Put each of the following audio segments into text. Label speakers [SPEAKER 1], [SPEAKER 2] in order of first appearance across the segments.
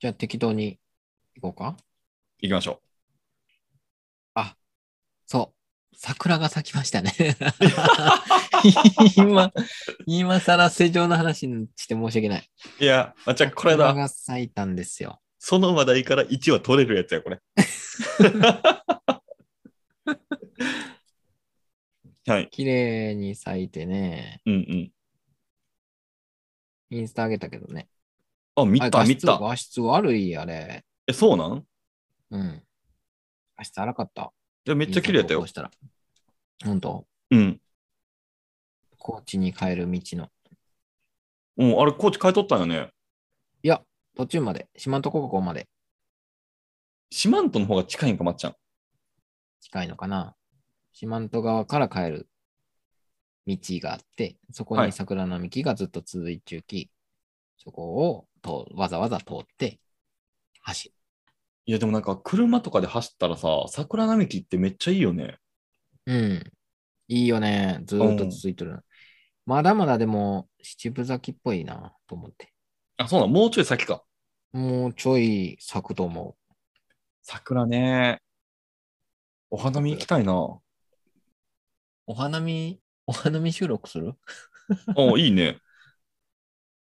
[SPEAKER 1] じゃあ適当に行こうか。
[SPEAKER 2] 行きましょ
[SPEAKER 1] そう。桜が咲きま したね。今、今更世情の話にして申し訳ない。
[SPEAKER 2] う。いや、あ、じゃあこれ
[SPEAKER 1] 桜
[SPEAKER 2] だ。
[SPEAKER 1] が咲いたんですよ。
[SPEAKER 2] その話題から1は取れるやつや、こ れ。はい。
[SPEAKER 1] 綺麗に咲いてね。
[SPEAKER 2] うんうん。
[SPEAKER 1] インスタ上げたけどね。
[SPEAKER 2] あ、見
[SPEAKER 1] あ
[SPEAKER 2] た、
[SPEAKER 1] 画
[SPEAKER 2] 見
[SPEAKER 1] 質
[SPEAKER 2] た。
[SPEAKER 1] 画質悪い、あれ。
[SPEAKER 2] え、そうなん
[SPEAKER 1] うん。画質荒かった。
[SPEAKER 2] いやめっちゃ綺麗やった
[SPEAKER 1] イン
[SPEAKER 2] よ
[SPEAKER 1] ス。タ投稿したら。本当
[SPEAKER 2] うん。
[SPEAKER 1] 高知に帰る道の。
[SPEAKER 2] もう、あれ、コーチ買い取ったんよね。
[SPEAKER 1] いや、途中まで。四万十高校まで
[SPEAKER 2] 四万十の方が近いんか、まっちゃん。
[SPEAKER 1] 近いのかな。四万十川から帰る道があって、そこ
[SPEAKER 2] はい
[SPEAKER 1] に桜並木がずっと続い中き、そこをとわざわざ通って走る。
[SPEAKER 2] いや、でもなんか、車とかで走ったらさ、桜並木ってめっちゃいいよね。
[SPEAKER 1] うん。いいよね。ずーっと続いてるの。まだまだでも七分咲きっぽいなと思って。
[SPEAKER 2] あ、そうなん、もうちょい先か。
[SPEAKER 1] もうちょい咲くと思
[SPEAKER 2] 桜ね。お花見行きたいな。 お
[SPEAKER 1] う。お花見、お花見収録する
[SPEAKER 2] いいね。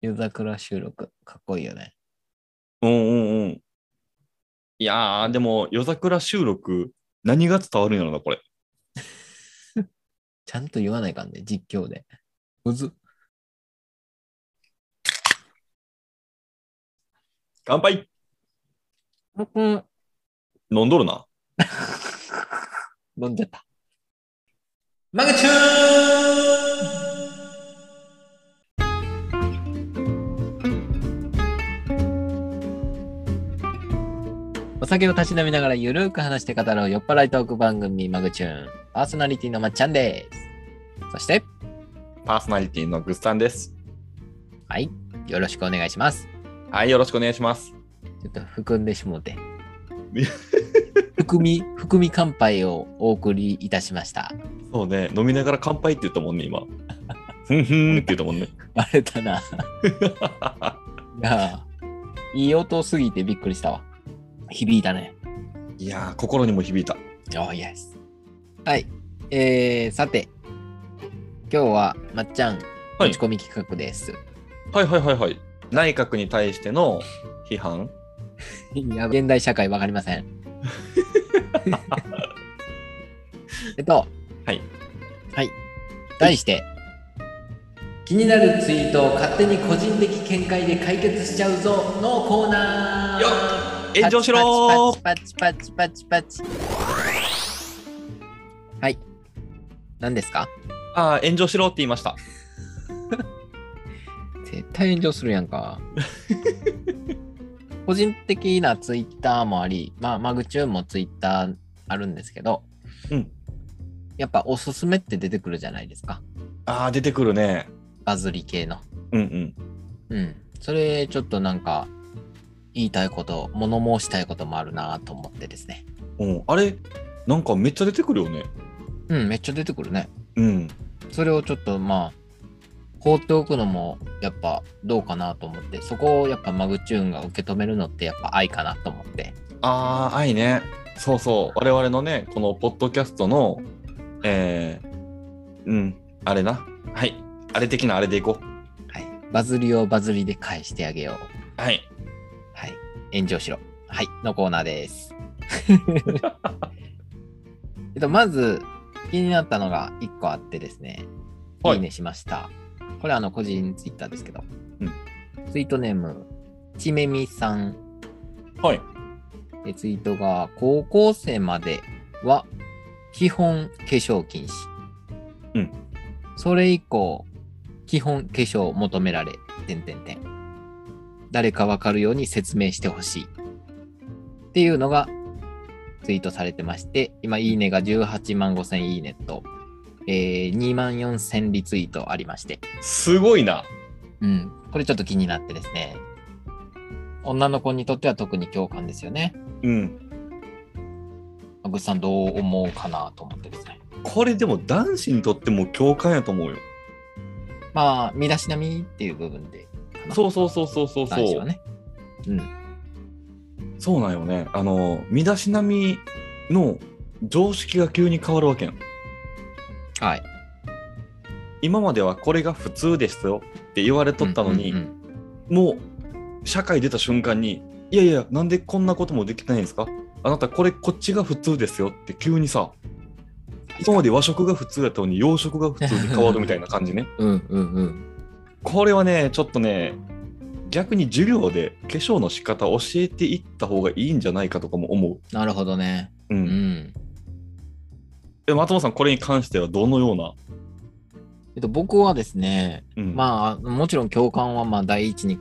[SPEAKER 1] 夜桜収録。かっこいいよね。
[SPEAKER 2] うんうんうん。いやー、でも、夜桜収録、何が伝わるんやろな、これ。
[SPEAKER 1] ちゃんと言わないかんね、実況で。むずっ
[SPEAKER 2] 乾杯
[SPEAKER 1] うん。
[SPEAKER 2] 飲んどるな。
[SPEAKER 1] 飲んじゃった。マグチューンお酒をたしなみながらゆるーく話して語ろう酔っ払いトーク番組マグチューン。パーソナリティのまっちゃんです。そして、
[SPEAKER 2] パーソナリティのグッさんです。
[SPEAKER 1] はい、よろしくお願いします。
[SPEAKER 2] はい、よろしくお願いします。
[SPEAKER 1] ちょっと含んでしもう て。含み、含み乾杯をお送りいたしました。
[SPEAKER 2] そうね、飲みながら乾杯って言ったもんね、 今。ふんふんって言ったもんね。
[SPEAKER 1] バレたな。いやー、いい音すぎてびっくりしたわ。響いたね。
[SPEAKER 2] いやー、心にも響いた。
[SPEAKER 1] おー、イエス。はい。えー、さて、今日はまっちゃん、
[SPEAKER 2] はい
[SPEAKER 1] 持ち込み企画です。
[SPEAKER 2] はいはいはいはい。内閣に対しての批判
[SPEAKER 1] いや現代社会わかりません。 えっと、
[SPEAKER 2] はい。
[SPEAKER 1] はい。題して、気になるツイートを勝手に個人的見解で解決しちゃうぞのコーナー
[SPEAKER 2] よっ炎上しろー
[SPEAKER 1] パチパチパチパチパチパチはい。何ですか
[SPEAKER 2] ああ、炎上しろって言いました。
[SPEAKER 1] 絶対炎上するやん か。個人的なツイッターもあり、まあ、マグチューンもツイッターあるんですけど、
[SPEAKER 2] うん。
[SPEAKER 1] やっぱおすすめって出てくるじゃないですか。
[SPEAKER 2] ああ、出てくるね。
[SPEAKER 1] バズり系の。
[SPEAKER 2] うんうん。
[SPEAKER 1] うん。それ、ちょっとなんか、言いたいこと、物申したいこともあるなと思ってですね。
[SPEAKER 2] うん、あれなんかめっちゃ出てくるよね。
[SPEAKER 1] うん、めっちゃ出てくるね。
[SPEAKER 2] うん。
[SPEAKER 1] それをちょっとまあ、放っておくのもやっぱどうかなと思って、そこをやっぱマグチューンが受け止めるのってやっぱ愛かなと思って。
[SPEAKER 2] ああ、愛ね。そうそう。我々のね、このポッドキャストの、えー、うん、あれな。はい。あれ的なあれでいこう。
[SPEAKER 1] はい。バズりをバズりで返してあげよう。
[SPEAKER 2] はい。
[SPEAKER 1] はい。炎上しろ。はい。のコーナーです。 えっと、まず、気になったのが1個あってですね。
[SPEAKER 2] はい
[SPEAKER 1] いいねしました。これ、あの、個人ツイッターですけど。
[SPEAKER 2] うん
[SPEAKER 1] ツイートネーム、ちめみさん。
[SPEAKER 2] はい。
[SPEAKER 1] でツイートが、高校生までは、基本化粧禁止。
[SPEAKER 2] うん。
[SPEAKER 1] それ以降、基本化粧を求められ、点点点。誰かわかるように説明してほしい。っていうのが、ツイートされてまして、今、いいねが18万5千いいねと、えー、2万4千リツイートありまして。
[SPEAKER 2] すごいな。
[SPEAKER 1] うん。これちょっと気になってですね。女の子にとっては特に共感ですよね。
[SPEAKER 2] うん。
[SPEAKER 1] グッさんどう思うかなと思ってですね。
[SPEAKER 2] これでも男子にとっても共感やと思うよ。
[SPEAKER 1] まあ、身だしなみっていう部分で、
[SPEAKER 2] そうそうそうそうそうそう。
[SPEAKER 1] 男子はね。うん。
[SPEAKER 2] そうなんよね。あの、身だしなみの常識が急に変わるわけやん。
[SPEAKER 1] はい。
[SPEAKER 2] 今まではこれが普通ですよって言われとったのに、
[SPEAKER 1] うんうん
[SPEAKER 2] もう社会出た瞬間に、いやいや、なんでこんなこともできないんですかあなた、これこっちが普通ですよって急にさ、今まで和食が普通だったのに洋食が普通に変わるみたいな感 じね。
[SPEAKER 1] うんうんうん。
[SPEAKER 2] これはね、ちょっとね、逆に授業で化粧の仕方教えていった方がいいんじゃないかとかも思
[SPEAKER 1] なるほどね。
[SPEAKER 2] う。うん。
[SPEAKER 1] うん。
[SPEAKER 2] え松本さん、これに関してはどのような、
[SPEAKER 1] えっと、僕はですね、
[SPEAKER 2] うん
[SPEAKER 1] まあ、もちろん共感はまあ第一に、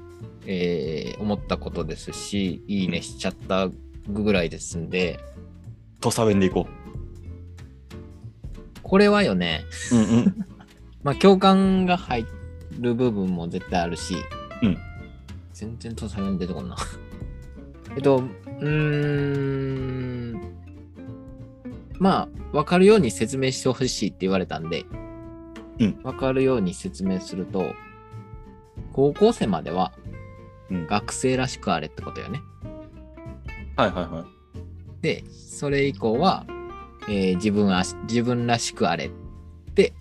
[SPEAKER 1] えー思ったことですし、いいねしちゃったぐらいですんで、
[SPEAKER 2] 土佐弁でいこ
[SPEAKER 1] これはよね、
[SPEAKER 2] う。うん うん。
[SPEAKER 1] まあ、共感が入る部分も絶対あるし、
[SPEAKER 2] うん
[SPEAKER 1] 全然とさ弁出てこんな。 えっと、うーん、まあ、わかるように説明してほしいって言われたんで、
[SPEAKER 2] うん
[SPEAKER 1] わかるように説明すると、高校生までは
[SPEAKER 2] うん
[SPEAKER 1] 学生らしくあれってことよね。
[SPEAKER 2] はいはいはい。
[SPEAKER 1] で、それ以降は、えー自分は、自分らしくあれって、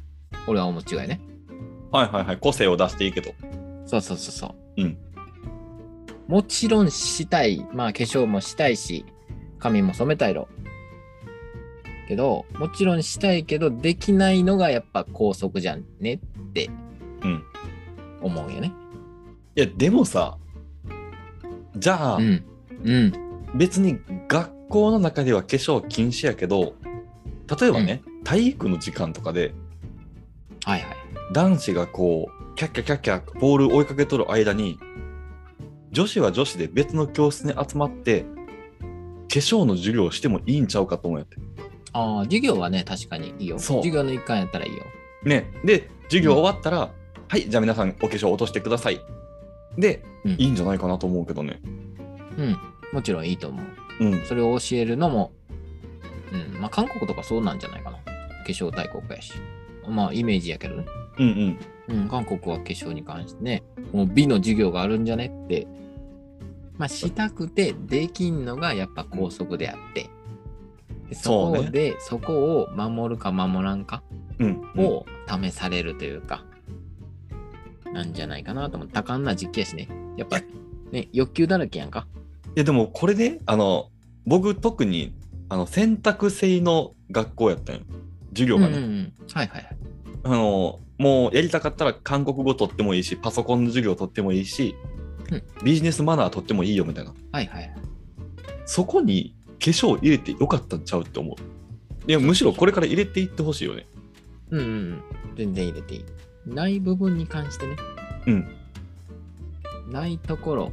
[SPEAKER 1] 俺は思っちゃうよね。
[SPEAKER 2] はいはいはい。個性を出していいけど。
[SPEAKER 1] そうそうそうそう。
[SPEAKER 2] うん
[SPEAKER 1] もちろんしたい。まあ化粧もしたいし、髪も染めたいろ。けど、もちろんしたいけど、できないのがやっぱ高速じゃんねって
[SPEAKER 2] うん。
[SPEAKER 1] 思うよね。
[SPEAKER 2] いや、でもさ、じゃあ、
[SPEAKER 1] うん。うん。
[SPEAKER 2] 別に学校の中では化粧禁止やけど、例えばね、体育の時間とかで、
[SPEAKER 1] はいはい。
[SPEAKER 2] 男子がこうキャッキャキャッキャボール追いかけとる間に女子は女子で別の教室に集まって化粧の授業をしてもいいんちゃうかと思うんやって。
[SPEAKER 1] ああ、授業はね、確かにいいよ。
[SPEAKER 2] そう
[SPEAKER 1] 授業の一環やったらいいよ。
[SPEAKER 2] ね、で授業終わったら、はいじゃあ皆さんお化粧落としてください。で、
[SPEAKER 1] うん
[SPEAKER 2] いいんじゃないかなと思うけどね。
[SPEAKER 1] うん。もちろんいいと思う。
[SPEAKER 2] うん、
[SPEAKER 1] それを教えるのも、うん。まあ韓国とかそうなんじゃないかな。化粧大国やし。まあイメージやけどね。
[SPEAKER 2] うん、うん
[SPEAKER 1] うん、韓国は化粧に関してね、もう美の授業があるんじゃねって、まあ、したくてできんのがやっぱ校則であって、でそ
[SPEAKER 2] そう
[SPEAKER 1] こ
[SPEAKER 2] ね
[SPEAKER 1] で、そこを守るか守らんか
[SPEAKER 2] うんうん
[SPEAKER 1] を試されるというか、なんじゃないかなと思う。多感な時期やしね。やっぱ、ね、欲求だらけやんか。
[SPEAKER 2] いやでもこれねあの僕特にあの選択制の学校やったんよ授業
[SPEAKER 1] うん
[SPEAKER 2] が
[SPEAKER 1] う
[SPEAKER 2] ね。
[SPEAKER 1] んうん、はいはいはい。
[SPEAKER 2] あのもうやりたかったら韓国語取ってもいいしパソコンの授業取ってもいいし、
[SPEAKER 1] うん
[SPEAKER 2] ビジネスマナー取ってもいいよみたいな
[SPEAKER 1] はいはいはい。
[SPEAKER 2] そこに化粧入れてよかったんちゃうって思ういやむしろこれから入れていってほしいよね
[SPEAKER 1] うんうんうん、全然入れていい。ない部分に関してね。
[SPEAKER 2] うん。
[SPEAKER 1] ないところ、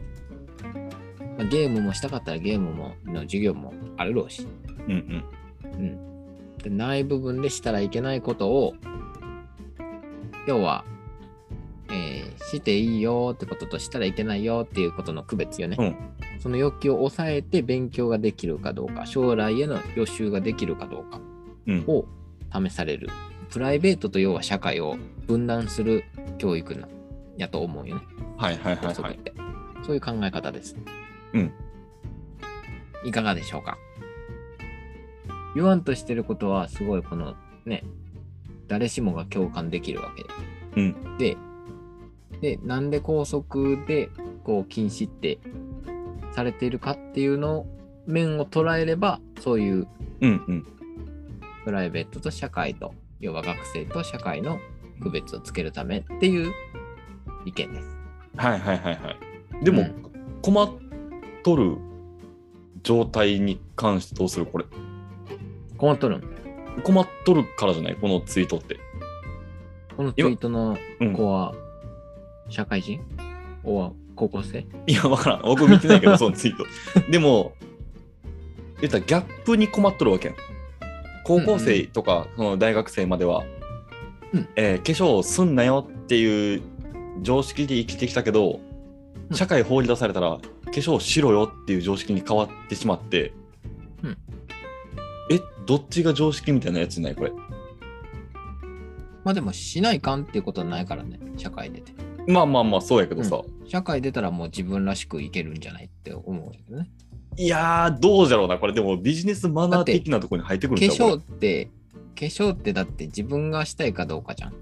[SPEAKER 1] まあ、ゲームもしたかったらゲームもの授業もあるろうし、
[SPEAKER 2] うんうん
[SPEAKER 1] うん。でない部分でしたらいけないことを、要は、えーしていいよってこととしたらいけないよっていうことの区別よね。
[SPEAKER 2] うん
[SPEAKER 1] その欲求を抑えて勉強ができるかどうか、将来への予習ができるかどうか
[SPEAKER 2] うん
[SPEAKER 1] を試される。プライベートと要は社会を分断する教育なやと思うよね。
[SPEAKER 2] はいはいはい
[SPEAKER 1] 校
[SPEAKER 2] は
[SPEAKER 1] 則っ
[SPEAKER 2] い
[SPEAKER 1] て。そういう考え方です。
[SPEAKER 2] うん。
[SPEAKER 1] いかがでしょうか言わんとしてることは、すごいこのね、誰しもが共感できるわけ
[SPEAKER 2] うん
[SPEAKER 1] で。で、なんで校則でこう禁止ってされているかっていうのを面を捉えれば、そういう
[SPEAKER 2] うんうん
[SPEAKER 1] プライベートと社会と、要は学生と社会の区別をつけるためっていう意見です。
[SPEAKER 2] はいはいはいはいでも、
[SPEAKER 1] うん
[SPEAKER 2] 困っとる状態に関してどうするこれ
[SPEAKER 1] 困っとるん
[SPEAKER 2] 困っとるからじゃないこのツイートって、
[SPEAKER 1] このツイートの
[SPEAKER 2] うん、
[SPEAKER 1] 子は社会人おは高校生
[SPEAKER 2] いや、わからん。僕見てない けど、そのツイート。でも、言ったらギャップに困っとるわけやん。高校生とか、その大学生までは、
[SPEAKER 1] うん
[SPEAKER 2] えー化粧をすんなよっていう常識で生きてきたけど、
[SPEAKER 1] うん
[SPEAKER 2] 社会放り出されたら、化粧しろよっていう常識に変わってしまって、
[SPEAKER 1] うん
[SPEAKER 2] え、どっちが常識みたいなやつないこれ。
[SPEAKER 1] まあでもしないかんっていうことはないからね、社会出て。
[SPEAKER 2] まあまあまあ、そうやけどさ。
[SPEAKER 1] 社会出たらもう自分らしくいけるんじゃないって思うんやけどね。
[SPEAKER 2] いやー、どうじゃろうな。これでもビジネスマナー的なところに入ってく
[SPEAKER 1] 化
[SPEAKER 2] るんちゃう
[SPEAKER 1] 粧って、化粧ってだって自分がしたいかどうかじゃん。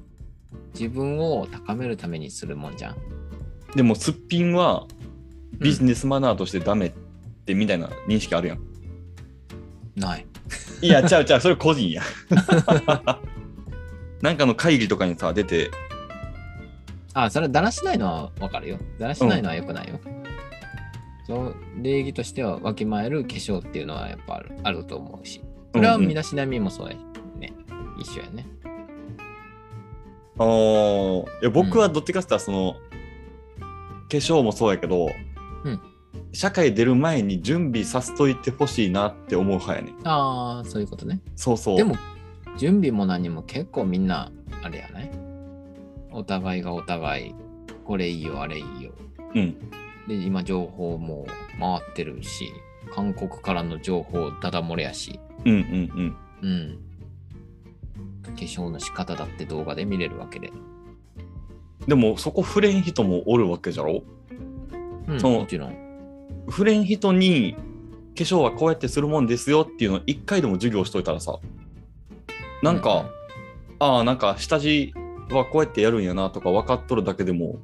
[SPEAKER 1] 自分を高めるためにするもんじゃん。
[SPEAKER 2] これでも、すっぴんはビジネスマナーとしてダメってみたいな認識あるやん。
[SPEAKER 1] ない。
[SPEAKER 2] いや、ちゃうちゃう、それ個人 や。なんかの会議とかにさ、出て、
[SPEAKER 1] あ、それだらしないのはわかるよ。だらしないのは良くないよ。そう礼儀としてはわきまえる化粧っていうのはやっぱあるあると思うし。それは
[SPEAKER 2] うんうん
[SPEAKER 1] 身だしなみもそうやしね。一緒やね。
[SPEAKER 2] あーいや僕はどっちかって言ったらその、化粧もそうやけど、
[SPEAKER 1] うん
[SPEAKER 2] 社会出る前に準備させといてほしいなって思う派やねん
[SPEAKER 1] ああ、そういうことね。
[SPEAKER 2] そうそう
[SPEAKER 1] でも、準備も何も結構みんな、あれやね。お互いがお互い、これいいよ、あれいいよ。
[SPEAKER 2] うん
[SPEAKER 1] で、今、情報も回ってるし、韓国からの情報、ダダ漏れやし、
[SPEAKER 2] うんうん
[SPEAKER 1] うん。化粧の仕方だって動画で見れるわけで。
[SPEAKER 2] うんでもそこ触れん人もおるわけじゃろ
[SPEAKER 1] うん、
[SPEAKER 2] そう
[SPEAKER 1] もちろん。
[SPEAKER 2] 触れん人に化粧はこうやってするもんですよっていうのを一回でも授業しといたらさなんか、
[SPEAKER 1] うん
[SPEAKER 2] ああなんか下地はこうやってやるんやなとか分かっとるだけでも、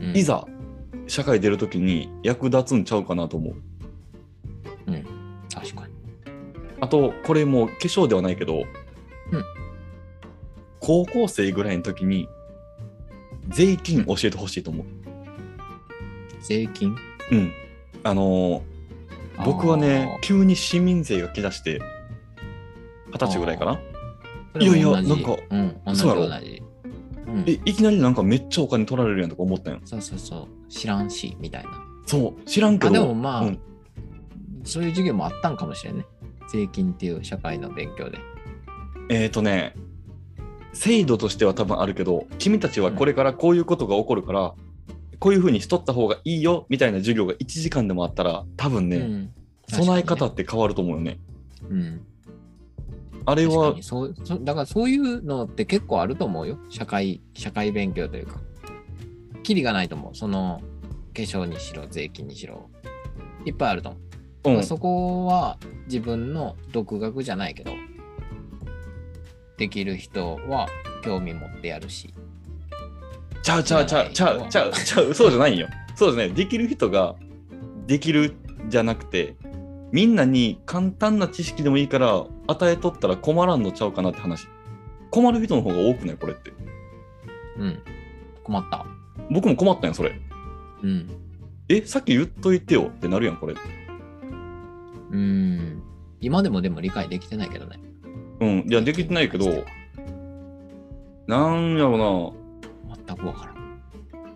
[SPEAKER 1] うん
[SPEAKER 2] い。ざ社会出るときに役立つんちゃうかなと思う
[SPEAKER 1] 確かに。
[SPEAKER 2] あと、これもう化粧ではないけど、
[SPEAKER 1] うん
[SPEAKER 2] 高校生ぐらいの時に、税金教えてほしいと思
[SPEAKER 1] 税金
[SPEAKER 2] う。うん。あのー僕はね、、急に市民税が来だして、二十歳ぐらいかな。
[SPEAKER 1] あーそれも
[SPEAKER 2] いやいや
[SPEAKER 1] 同じ
[SPEAKER 2] なんか
[SPEAKER 1] うん、同じ
[SPEAKER 2] そうやろ
[SPEAKER 1] 同じ。うん
[SPEAKER 2] え、いきなりなんかめっちゃお金取られるやんとか思ったんよ。
[SPEAKER 1] そうそうそう、知らんし、みたいな。
[SPEAKER 2] そう、知らんけど。
[SPEAKER 1] あでもまあ、
[SPEAKER 2] うん
[SPEAKER 1] そういう授業もあったんかもしれんね。税金っていう社会の勉強で。
[SPEAKER 2] えっ、ー、とね、制度としては多分あるけど、君たちはこれからこういうことが起こるから、こういうふうにしとった方がいいよみたいな授業が1時間でもあったら、多分ね、
[SPEAKER 1] うん、
[SPEAKER 2] 備え
[SPEAKER 1] 確か
[SPEAKER 2] 方って変わると思うよね。
[SPEAKER 1] にね。うん。
[SPEAKER 2] あれ
[SPEAKER 1] 確か
[SPEAKER 2] は
[SPEAKER 1] にそうそだからそういうのって結構あると思うよ。社会、社会勉強というか。キリがないと思う。その、化粧にしろ、税金にしろ。いっぱいあると思う。
[SPEAKER 2] う
[SPEAKER 1] ま
[SPEAKER 2] ん
[SPEAKER 1] あ、そこは自分の独学じゃないけど、できる人は興味持ってやるし。
[SPEAKER 2] ちゃうちゃうちゃうちゃうちゃうちゃうそうじゃないよそうじゃないできる人ができるじゃなくてみんなに簡単な知識でもいいから与えとったら困らんのちゃうかなって話困る人の方が多くないこれって
[SPEAKER 1] うん。困った。
[SPEAKER 2] 僕も困ったんよそれ
[SPEAKER 1] うん。
[SPEAKER 2] えさっき言っといてよってなるやんこれ
[SPEAKER 1] うーん。今でもでも理解できてないけどね。
[SPEAKER 2] うんいやできてないけどなんやろ
[SPEAKER 1] 全くわからん。
[SPEAKER 2] な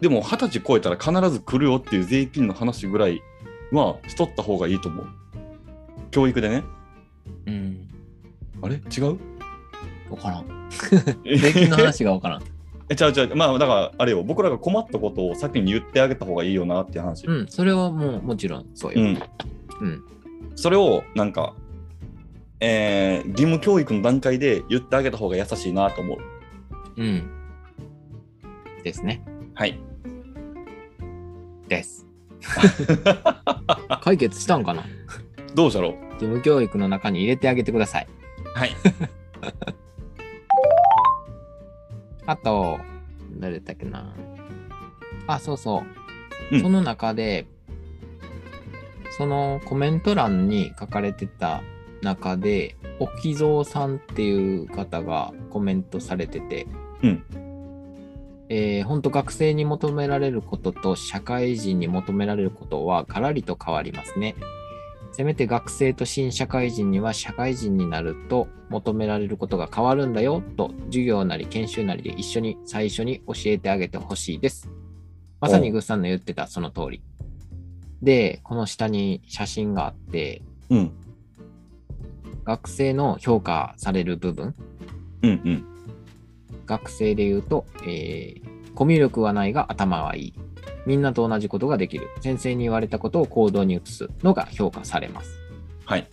[SPEAKER 2] でも二十歳超えたら必ず来るよっていう税金の話ぐらいはしとった方がいいと思う教育でね
[SPEAKER 1] うん。
[SPEAKER 2] あれ違う
[SPEAKER 1] わからん。税金の話がわからん。
[SPEAKER 2] え、ちゃうちゃう、まあ、だから、あれよ、僕らが困ったことを先に言ってあげた方がいいよなっていう話。
[SPEAKER 1] うん。それはもうもちろんそう
[SPEAKER 2] う
[SPEAKER 1] よ。
[SPEAKER 2] ん。
[SPEAKER 1] うん。
[SPEAKER 2] それを、なんか、えー義務教育の段階で言ってあげた方が優しいなと思う。
[SPEAKER 1] うん。ですね。
[SPEAKER 2] はい。
[SPEAKER 1] です。解決したんかな
[SPEAKER 2] どうじゃろう
[SPEAKER 1] 義務教育の中に入れてあげてください。
[SPEAKER 2] はい。
[SPEAKER 1] あと、誰だっけな。あ、そうそう。
[SPEAKER 2] うん
[SPEAKER 1] その中で、そのコメント欄に書かれてた中で、おきぞうさんっていう方がコメントされてて、
[SPEAKER 2] うん
[SPEAKER 1] えー、本当学生に求められることと社会人に求められることはガラリと変わりますね。せめて学生と新社会人には社会人になると求められることが変わるんだよと授業なり研修なりで一緒に最初に教えてあげてほしいです。まさにグッさんの言ってたその通り。で、この下に写真があって、
[SPEAKER 2] うん。
[SPEAKER 1] 学生の評価される部分、
[SPEAKER 2] うんうん。
[SPEAKER 1] 学生で言うと、えーコミュ力はないが頭はいい。みんなと同じことができる。先生に言われたことを行動に移すのが評価されます。
[SPEAKER 2] はい。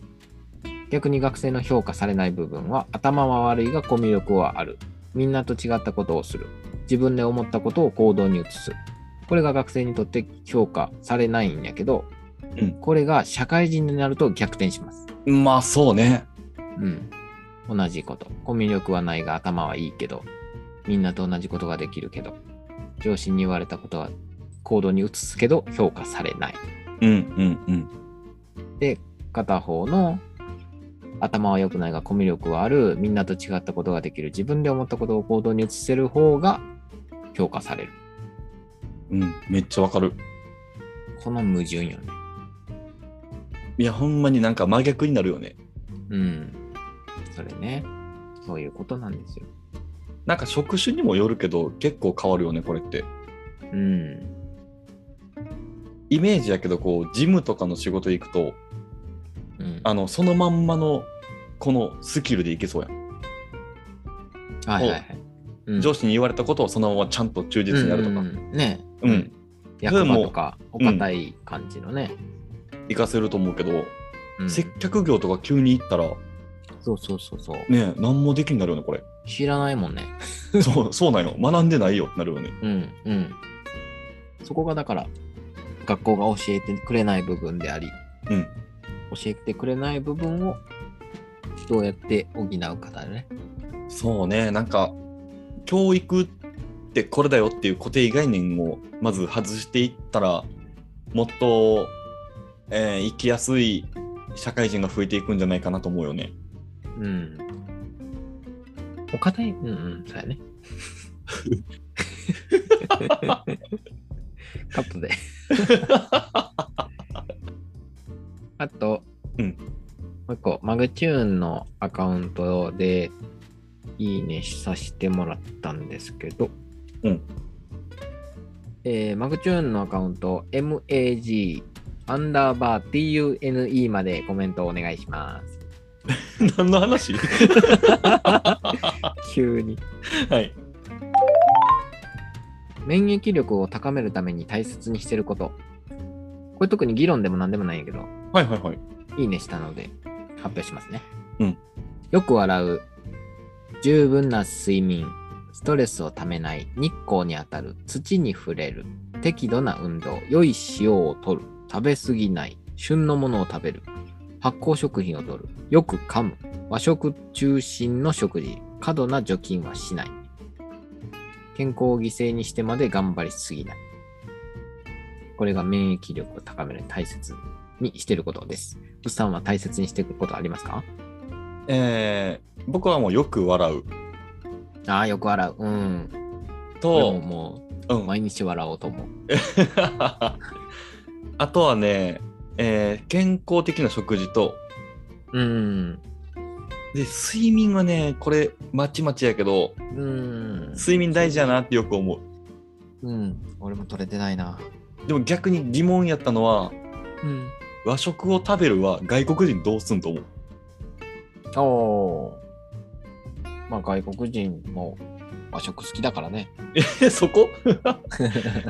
[SPEAKER 1] 逆に学生の評価されない部分は頭は悪いがコミュ力はあるみんなと違ったことをする自分で思ったことを行動に移す。これが学生にとって評価されないんやけど、
[SPEAKER 2] うん
[SPEAKER 1] これが社会人になると逆転します。
[SPEAKER 2] まあそうね。
[SPEAKER 1] うん。同じこと。コミュ力はないが頭はいいけど、みんなと同じことができるけど、上司に言われたことは行動に移すけど評価されない。
[SPEAKER 2] うんうんうん。
[SPEAKER 1] で、片方の頭は良くないがコミュ力はある、みんなと違ったことができる、自分で思ったことを行動に移せる方が評価される。
[SPEAKER 2] うん、めっちゃわかる。
[SPEAKER 1] この矛盾よね。
[SPEAKER 2] いや、ほんまになんか真逆になるよね。
[SPEAKER 1] うん。それね。そういうことなんですよ。
[SPEAKER 2] なんか職種にもよるけど、結構変わるよね、これって。
[SPEAKER 1] うん。
[SPEAKER 2] イメージやけど、こう、ジムとかの仕事行くと、
[SPEAKER 1] うん、
[SPEAKER 2] あの、そのまんまの、このスキルでいけそうやん。
[SPEAKER 1] はいはいはい。うん
[SPEAKER 2] 上司に言われたことをそのままちゃんと忠実にやるとか、
[SPEAKER 1] う
[SPEAKER 2] うんん
[SPEAKER 1] うんうんね
[SPEAKER 2] うん
[SPEAKER 1] 役場
[SPEAKER 2] も
[SPEAKER 1] とかお堅い感じのね、
[SPEAKER 2] 活かせると思うけど、
[SPEAKER 1] うん
[SPEAKER 2] 接客業とか急に行ったら
[SPEAKER 1] そうそうそうそう
[SPEAKER 2] ね何もできんなるよねこれ
[SPEAKER 1] 知らないもんね
[SPEAKER 2] そうそうなんよ学んでないよってなるよね
[SPEAKER 1] うんうんそこがだから学校が教えてくれない部分であり
[SPEAKER 2] うん
[SPEAKER 1] 教えてくれない部分をどうやって補うかだね
[SPEAKER 2] そうねなんか教育ってこれだよっていう固定概念をまず外していったらもっと、えー生きやすい社会人が増えていくんじゃないかなと思う よね
[SPEAKER 1] うんお堅いうんうんそうやね カット であと、
[SPEAKER 2] うん
[SPEAKER 1] もう一個、マグチューンのアカウントで、いいねさせてもらったんですけど、
[SPEAKER 2] うん
[SPEAKER 1] えーマグチューンのアカウント、MAG アンダーバー TUNE までコメントお願いします。
[SPEAKER 2] 何 の話
[SPEAKER 1] 急に。
[SPEAKER 2] はい
[SPEAKER 1] 免疫力を高めるために大切にしてること。これ特に議論でも何でもないんやけど、
[SPEAKER 2] はいはいはい
[SPEAKER 1] いいねしたので発表しますね。
[SPEAKER 2] うん。
[SPEAKER 1] よく笑う。十分な睡眠。ストレスをためない。日光に当たる。土に触れる。適度な運動。良い塩を取る。食べ過ぎない。旬のものを食べる。発酵食品を取る。よく噛む。和食中心の食事。過度な除菌はしない。健康を犠牲にしてまで頑張りすぎない。これが免疫力を高める大切にしてることです。物産は大切にしていくことありますか
[SPEAKER 2] えー僕はもうよく笑う
[SPEAKER 1] ああ、よく洗う。うん。俺も
[SPEAKER 2] と、
[SPEAKER 1] も
[SPEAKER 2] う、
[SPEAKER 1] うん毎日笑おうと思う。
[SPEAKER 2] あとはね、えー健康的な食事と
[SPEAKER 1] うん。
[SPEAKER 2] で睡眠はねこれまちまちやけど
[SPEAKER 1] うん。
[SPEAKER 2] 睡眠大事やなってよく思う
[SPEAKER 1] うん。俺も取れてないな。
[SPEAKER 2] でも逆に疑問やったのは
[SPEAKER 1] うん。
[SPEAKER 2] 和食を食べるは外国人どうすんと思う
[SPEAKER 1] おお。まあ外国人も和食好きだから ね。
[SPEAKER 2] え そこ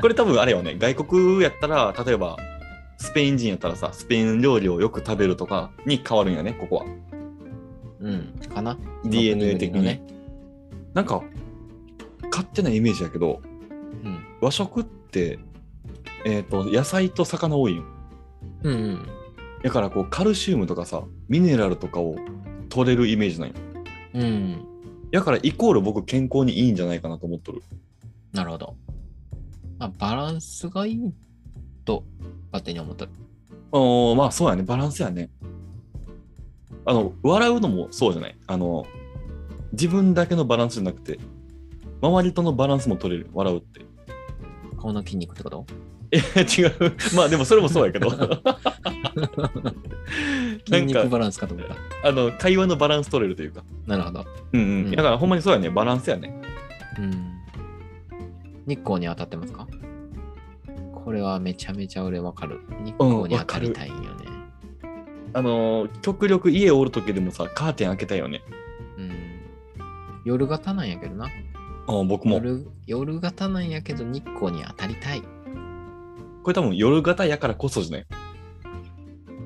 [SPEAKER 2] これ多分あれよね外国やったら例えばスペイン人やったらさスペイン料理をよく食べるとかに変わるんやねここは
[SPEAKER 1] うん。かな
[SPEAKER 2] DNA 的に
[SPEAKER 1] 国々のね
[SPEAKER 2] ねなんか勝手なイメージやけど
[SPEAKER 1] うん。
[SPEAKER 2] 和食って、えー、と野菜と魚多いよ
[SPEAKER 1] うん、うん。
[SPEAKER 2] だからこうカルシウムとかさミネラルとかを取れるイメージなんよ
[SPEAKER 1] うん。
[SPEAKER 2] だからイコール僕健康にいいんじゃないかなと思っとる
[SPEAKER 1] なるほど。まあバランスがいいと勝手に思ってる。
[SPEAKER 2] おーまあそうやねバランスやねあの笑うのもそうじゃないあの自分だけのバランスじゃなくて周りとのバランスも取れる笑うって
[SPEAKER 1] 顔の筋肉ってこと
[SPEAKER 2] え違うまあでもそれもそうや けど
[SPEAKER 1] 筋
[SPEAKER 2] な
[SPEAKER 1] 肉
[SPEAKER 2] んか
[SPEAKER 1] バランスかと思った。
[SPEAKER 2] あの会話のバランス取れるというか
[SPEAKER 1] なるほど。
[SPEAKER 2] うんう
[SPEAKER 1] うん
[SPEAKER 2] んだからほんまにそうやねバランスやね
[SPEAKER 1] うん。日光に当たってますかこれはめちゃめちゃ俺わかる。日光に当たりたいんよね。
[SPEAKER 2] あの極力家おる時でもさカーテン開けたいよね
[SPEAKER 1] うん。夜型なんやけどな。
[SPEAKER 2] あ僕も
[SPEAKER 1] 夜夜型なんやけど日光に当たりたい
[SPEAKER 2] これ多分夜型やからこそじゃない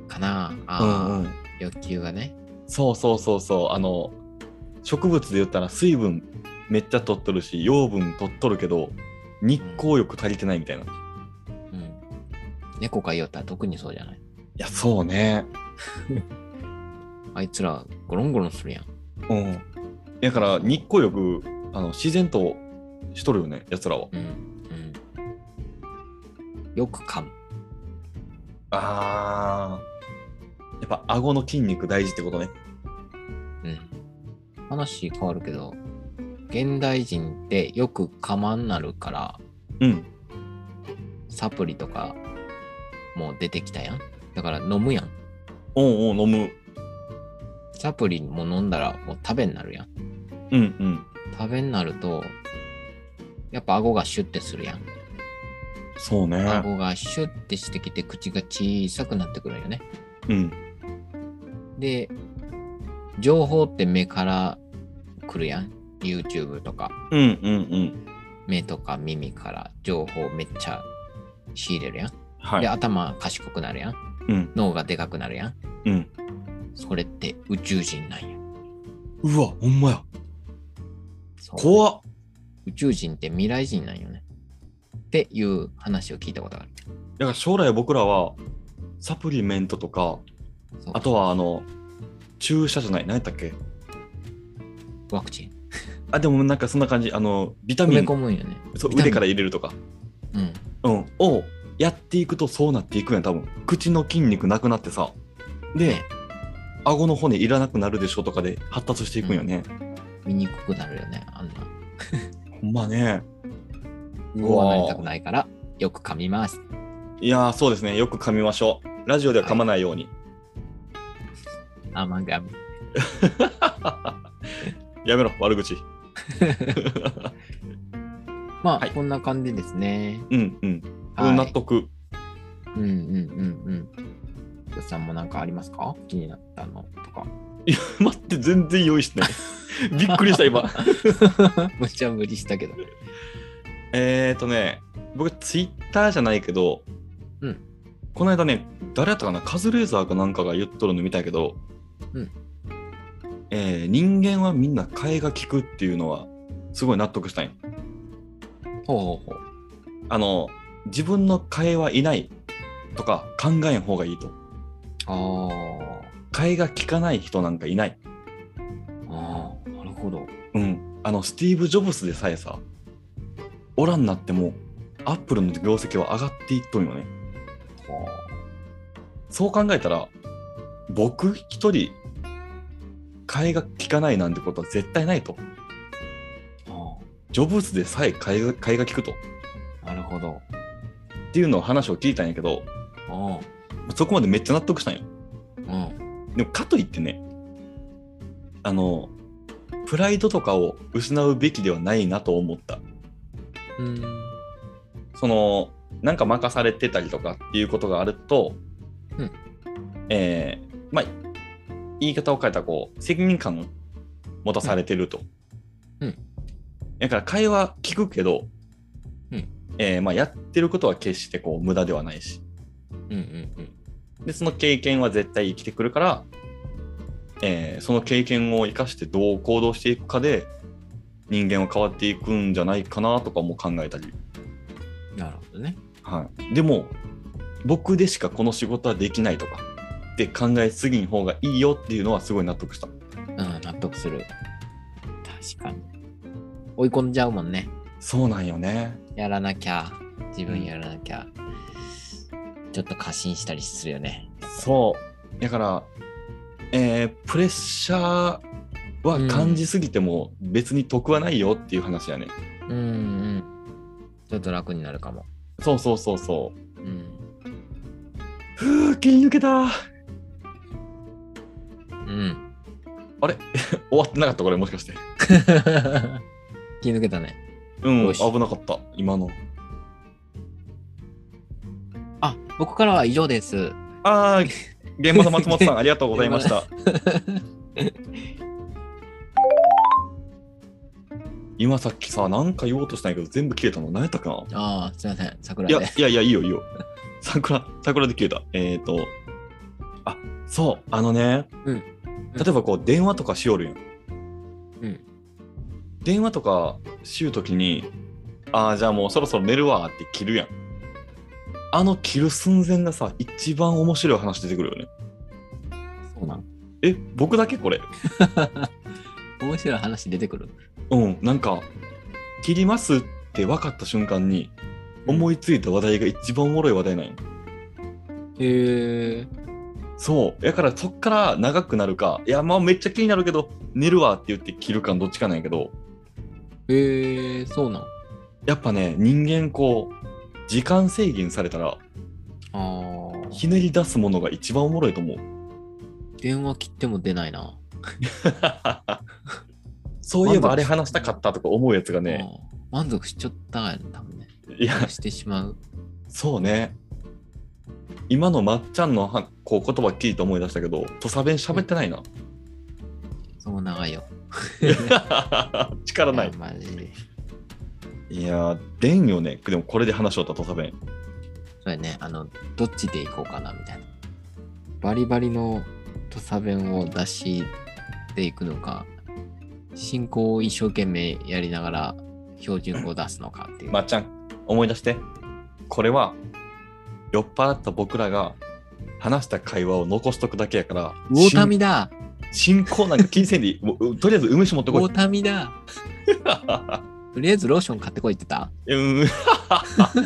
[SPEAKER 1] かな。ああ、
[SPEAKER 2] うんうん
[SPEAKER 1] 欲求がね。
[SPEAKER 2] そうそうそうそうあの植物で言ったら水分めっちゃ取っとるし養分取っとるけど日光浴足りてないみたいな、い
[SPEAKER 1] うん。猫飼いよったら特にそうじゃない。
[SPEAKER 2] やそうね
[SPEAKER 1] あいつら、ゴロンゴロンするやん。
[SPEAKER 2] うんだから日光浴あの自然としとるよねやつらは
[SPEAKER 1] うん。うん。よく噛む。
[SPEAKER 2] あーやっぱ顎の筋肉大事ってことね
[SPEAKER 1] うん。話変わるけど、現代人ってよく噛まんなるから、
[SPEAKER 2] うん
[SPEAKER 1] サプリとかも出てきたやん。だから飲むやん。
[SPEAKER 2] おうおう飲む
[SPEAKER 1] サプリも飲んだらもう食べになるやん。
[SPEAKER 2] うんうん
[SPEAKER 1] 食べになると、やっぱ顎がシュッてするやん。
[SPEAKER 2] そうね
[SPEAKER 1] 顎がシュッてしてきて口が小さくなってくるんよね。
[SPEAKER 2] うん
[SPEAKER 1] で、情報って目から来るやん。YouTube とか、
[SPEAKER 2] うんうんうん
[SPEAKER 1] 目とか耳から情報めっちゃ仕入れるやん。
[SPEAKER 2] はい
[SPEAKER 1] で、頭賢くなるやん。
[SPEAKER 2] うん
[SPEAKER 1] 脳がでかくなるやん。
[SPEAKER 2] うん
[SPEAKER 1] それって宇宙人なんや。
[SPEAKER 2] うわほんまや
[SPEAKER 1] そう
[SPEAKER 2] 怖っ
[SPEAKER 1] 宇宙人って未来人なんよね。っていう話を聞いたことがある。
[SPEAKER 2] だから将来僕らはサプリメントとか
[SPEAKER 1] そう
[SPEAKER 2] あとはあの注射じゃない何やったっけ
[SPEAKER 1] ワクチン。
[SPEAKER 2] あでもなんかそんな感じあのビタ
[SPEAKER 1] 埋
[SPEAKER 2] ミ
[SPEAKER 1] め
[SPEAKER 2] ン
[SPEAKER 1] 込むんよね。
[SPEAKER 2] そう
[SPEAKER 1] ビタミン
[SPEAKER 2] 腕から入れるとか、
[SPEAKER 1] うん。
[SPEAKER 2] うん、をやっていくとそうなっていくんや多分口の筋肉なくなってさで顎の骨いらなくなるでしょとかで発達していくんよね、
[SPEAKER 1] 見にくくなるよね。あんな。
[SPEAKER 2] ほんまねう
[SPEAKER 1] こうなりた
[SPEAKER 2] わ
[SPEAKER 1] くないから、よく噛みます。
[SPEAKER 2] いやーそうですねよく噛みましょうラジオでは噛まないように、
[SPEAKER 1] あ、まあ噛む。
[SPEAKER 2] やめろ悪口
[SPEAKER 1] まあ、
[SPEAKER 2] はい
[SPEAKER 1] こんな感じですね。
[SPEAKER 2] うんうん、
[SPEAKER 1] はい
[SPEAKER 2] 納得
[SPEAKER 1] うんうんうんうん。よっさんもなんかありますか気になったのとか。
[SPEAKER 2] 待って全然用意 してない びっくりした今
[SPEAKER 1] むちゃ無理したけど。
[SPEAKER 2] えーとね僕ツイッターじゃないけど、
[SPEAKER 1] うん
[SPEAKER 2] この間ね誰やったかなカズレーザーかなんかが言っとるの見たけど、
[SPEAKER 1] うん
[SPEAKER 2] えー人間はみんな替えが利くっていうのはすごい納得したんよ
[SPEAKER 1] ほうほうほう。
[SPEAKER 2] あの自分の替えはいないとか考えん方がいいと
[SPEAKER 1] あ
[SPEAKER 2] 替えが利かない人なんかいない、
[SPEAKER 1] ーあー、なるほど。
[SPEAKER 2] うん、あのスティーブ・ジョブスでさえさおらんなってもアップルの業績は上がっていっとんよね
[SPEAKER 1] ほ
[SPEAKER 2] そう考えたら、僕一人、替えが利かないなんてことは絶対ないと。
[SPEAKER 1] うあ
[SPEAKER 2] ジョブズでさえ替えが替えが利くと。っ
[SPEAKER 1] ーなるほど。
[SPEAKER 2] ていうのを話を聞いたんやけど、
[SPEAKER 1] あ
[SPEAKER 2] そこまでめっちゃ納得したんよ。
[SPEAKER 1] ーうん。
[SPEAKER 2] でもかといってね、あの、プライドとかを失うべきではないなと思った。
[SPEAKER 1] うん。
[SPEAKER 2] その、なんか任されてたりとかっていうことがあると、
[SPEAKER 1] うん
[SPEAKER 2] えーまあ、言い方を変えたらこう、責任感を持たされてると。
[SPEAKER 1] うん
[SPEAKER 2] だから会話聞くけど、
[SPEAKER 1] うん
[SPEAKER 2] えーまあ、やってることは決してこう無駄ではないし
[SPEAKER 1] うんうん
[SPEAKER 2] でその経験は絶対生きてくるから、えーその経験を生かしてどう行動していくかで人間は変わっていくんじゃないかなとかも考えたり、
[SPEAKER 1] うん。なるほどね。
[SPEAKER 2] はい、でも僕でしかこの仕事はできないとかって考えすぎん方がいいよっていうのはすごい納得した
[SPEAKER 1] うん、納得する。確かに。追い込んじゃうもんね。
[SPEAKER 2] そうなんよね
[SPEAKER 1] やらなきゃ、自分やらなきゃ、ちょっと過信したりするよね。
[SPEAKER 2] そうだから、えープレッシャーは感じすぎても別に得はないよっていう話やね、
[SPEAKER 1] うんうん。ちょっと楽になるかも。
[SPEAKER 2] そうそうそうそう
[SPEAKER 1] うん。
[SPEAKER 2] ふう気抜けた
[SPEAKER 1] うん。
[SPEAKER 2] 終わってなかったこれもしかして
[SPEAKER 1] 気抜けたね。
[SPEAKER 2] うん
[SPEAKER 1] よし
[SPEAKER 2] 危なかった今の
[SPEAKER 1] あ、僕からは以上です。
[SPEAKER 2] ああ現場の松本さんありがとうご ざいました今さっきさなんか言おうとしたんやけど全部消えたの何やったかな
[SPEAKER 1] ああ、すいません。桜
[SPEAKER 2] いや、
[SPEAKER 1] で
[SPEAKER 2] い。やいや、いいよ、いいよ。桜、桜で消えた。えっ、ー、と、あ、そう、あのね、
[SPEAKER 1] うん
[SPEAKER 2] 例えばこう、電話とかしおるやん。
[SPEAKER 1] うん
[SPEAKER 2] 電話とかしゅうときに、ああ、じゃあもうそろそろ寝るわって切るやん。あの切る寸前がさ、一番面白い話出てくるよね。
[SPEAKER 1] そうなん。
[SPEAKER 2] え、僕だけこれ。
[SPEAKER 1] 面白い話出てくる。
[SPEAKER 2] うん、なんか、切りますって分かった瞬間に、思いついた話題が一番おもろい話題なんよ
[SPEAKER 1] へえ。
[SPEAKER 2] そう。だからそっから長くなるか、いや、まあめっちゃ気になるけど、寝るわって言って切るかどっちかなんやけど、
[SPEAKER 1] へえ、そうなん。
[SPEAKER 2] やっぱね、人間こう、時間制限されたら、
[SPEAKER 1] ああ。
[SPEAKER 2] ひねり出すものが一番おもろいと思う。
[SPEAKER 1] 電話切っても出ないな。
[SPEAKER 2] そういえば
[SPEAKER 1] 満足
[SPEAKER 2] あれ話したかったとか思うやつがね、
[SPEAKER 1] あー満足しちゃったんやね、多分ね。
[SPEAKER 2] いや、
[SPEAKER 1] してしまう。
[SPEAKER 2] そうね。今のまっちゃんのはこう言葉聞いて思い出したけど、土佐弁喋ってないな。
[SPEAKER 1] そう長 いよ。
[SPEAKER 2] 力ない
[SPEAKER 1] や。マジで。
[SPEAKER 2] いやー、でんよね。でもこれで話しよった、土佐弁。
[SPEAKER 1] そうやね、あの、どっちで行こうかな、みたいな。バリバリの土佐弁を出していくのか、進行を一生懸命やりながら標準語を出すのかっていう。
[SPEAKER 2] まっちゃん、思い出して。これは、酔っ払った僕らが話した会話を残しとくだけやから、
[SPEAKER 1] ウォータミだ
[SPEAKER 2] 進行なんか金銭でいいもうとりあえず梅酒持って
[SPEAKER 1] ウ
[SPEAKER 2] こ
[SPEAKER 1] ォ
[SPEAKER 2] い
[SPEAKER 1] ー。タミ だとりあえずローション買ってこいって言っ
[SPEAKER 2] うん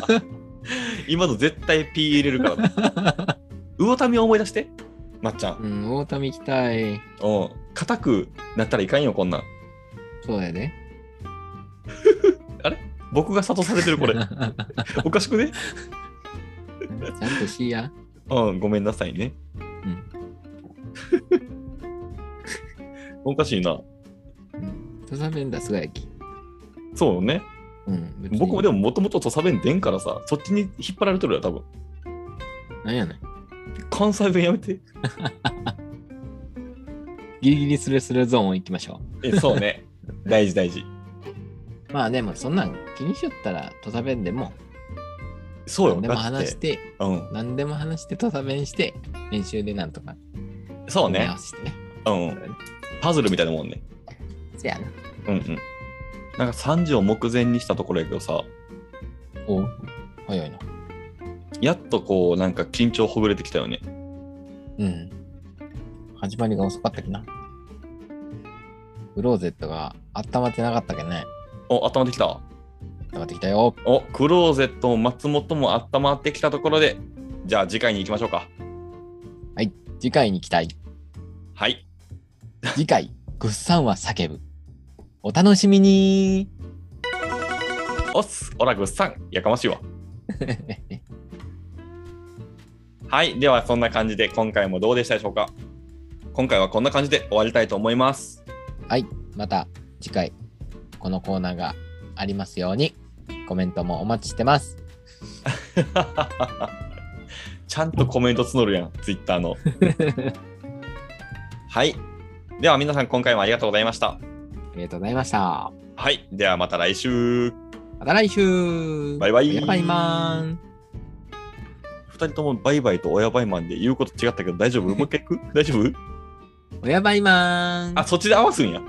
[SPEAKER 2] 今の絶対ピー入れるからな。魚民を思い出して、まっちゃ
[SPEAKER 1] た
[SPEAKER 2] ん。
[SPEAKER 1] うん、ウォータミ行きたい。
[SPEAKER 2] うん。硬くなったらいかんよ、こんなん。
[SPEAKER 1] そうだよね。
[SPEAKER 2] 僕が諭されてる、こ
[SPEAKER 1] ち
[SPEAKER 2] れ。
[SPEAKER 1] ゃん
[SPEAKER 2] おかしくね
[SPEAKER 1] としいや。
[SPEAKER 2] うん、ごめんなさいね。
[SPEAKER 1] うん。
[SPEAKER 2] おかしいな。
[SPEAKER 1] 土佐弁出すがやき。
[SPEAKER 2] そうよね。
[SPEAKER 1] うん。別に
[SPEAKER 2] 僕もでももともと土佐弁でんからさ、そっちに引っ張られてるよ、多分。
[SPEAKER 1] なんやねん。
[SPEAKER 2] 関西弁やめて。
[SPEAKER 1] ギリギリスレスレゾーン行きましょ
[SPEAKER 2] え、そうね。 大事大事。
[SPEAKER 1] う。まあでもそんなん気にしよったら土佐弁でも
[SPEAKER 2] そうよ、
[SPEAKER 1] 何でも話し
[SPEAKER 2] だっててうん。
[SPEAKER 1] 何でも話して土佐弁して練習でなんとか
[SPEAKER 2] そう
[SPEAKER 1] 組み合
[SPEAKER 2] ね
[SPEAKER 1] わ。せしてね。
[SPEAKER 2] うん。パズルみたいなもんね。
[SPEAKER 1] せやな。
[SPEAKER 2] うんうん。なんか3時を目前にしたところやけどさ、
[SPEAKER 1] お早いな。
[SPEAKER 2] やっとこうなんか緊張ほぐれてきたよね。
[SPEAKER 1] うん。始まりが遅かったきな。クローゼットが温まってなかったけどね。
[SPEAKER 2] お、温まってきた。
[SPEAKER 1] 温まってきたよ。
[SPEAKER 2] お、クローゼットも松本も温まってきたところで、じゃあ次回に行きましょうか。
[SPEAKER 1] 次回に期待。
[SPEAKER 2] はい。
[SPEAKER 1] 次回、ぐっさんは叫ぶ。お楽しみに
[SPEAKER 2] おっす、オラグさん、やかましいわ。はい。ではそんな感じで今回もどうでしたでしょうか今回はこんな感じで終わりたいと思います。
[SPEAKER 1] はい、また次回、このコーナーがありますように、コメントもお待ちしてます。
[SPEAKER 2] ちゃんとコメント募るやん、ツイッターの。はい。では皆さん今回もありがとうございました。
[SPEAKER 1] ありがとうございました。
[SPEAKER 2] はい。ではまた来週。
[SPEAKER 1] また来週
[SPEAKER 2] バイバイ
[SPEAKER 1] やばいまーん。
[SPEAKER 2] 二人ともバイバイとおやばいマンで言うこと違ったけど大丈夫もう一回行く大丈夫
[SPEAKER 1] おやばいまーん。
[SPEAKER 2] あ、そっちで合わすんや。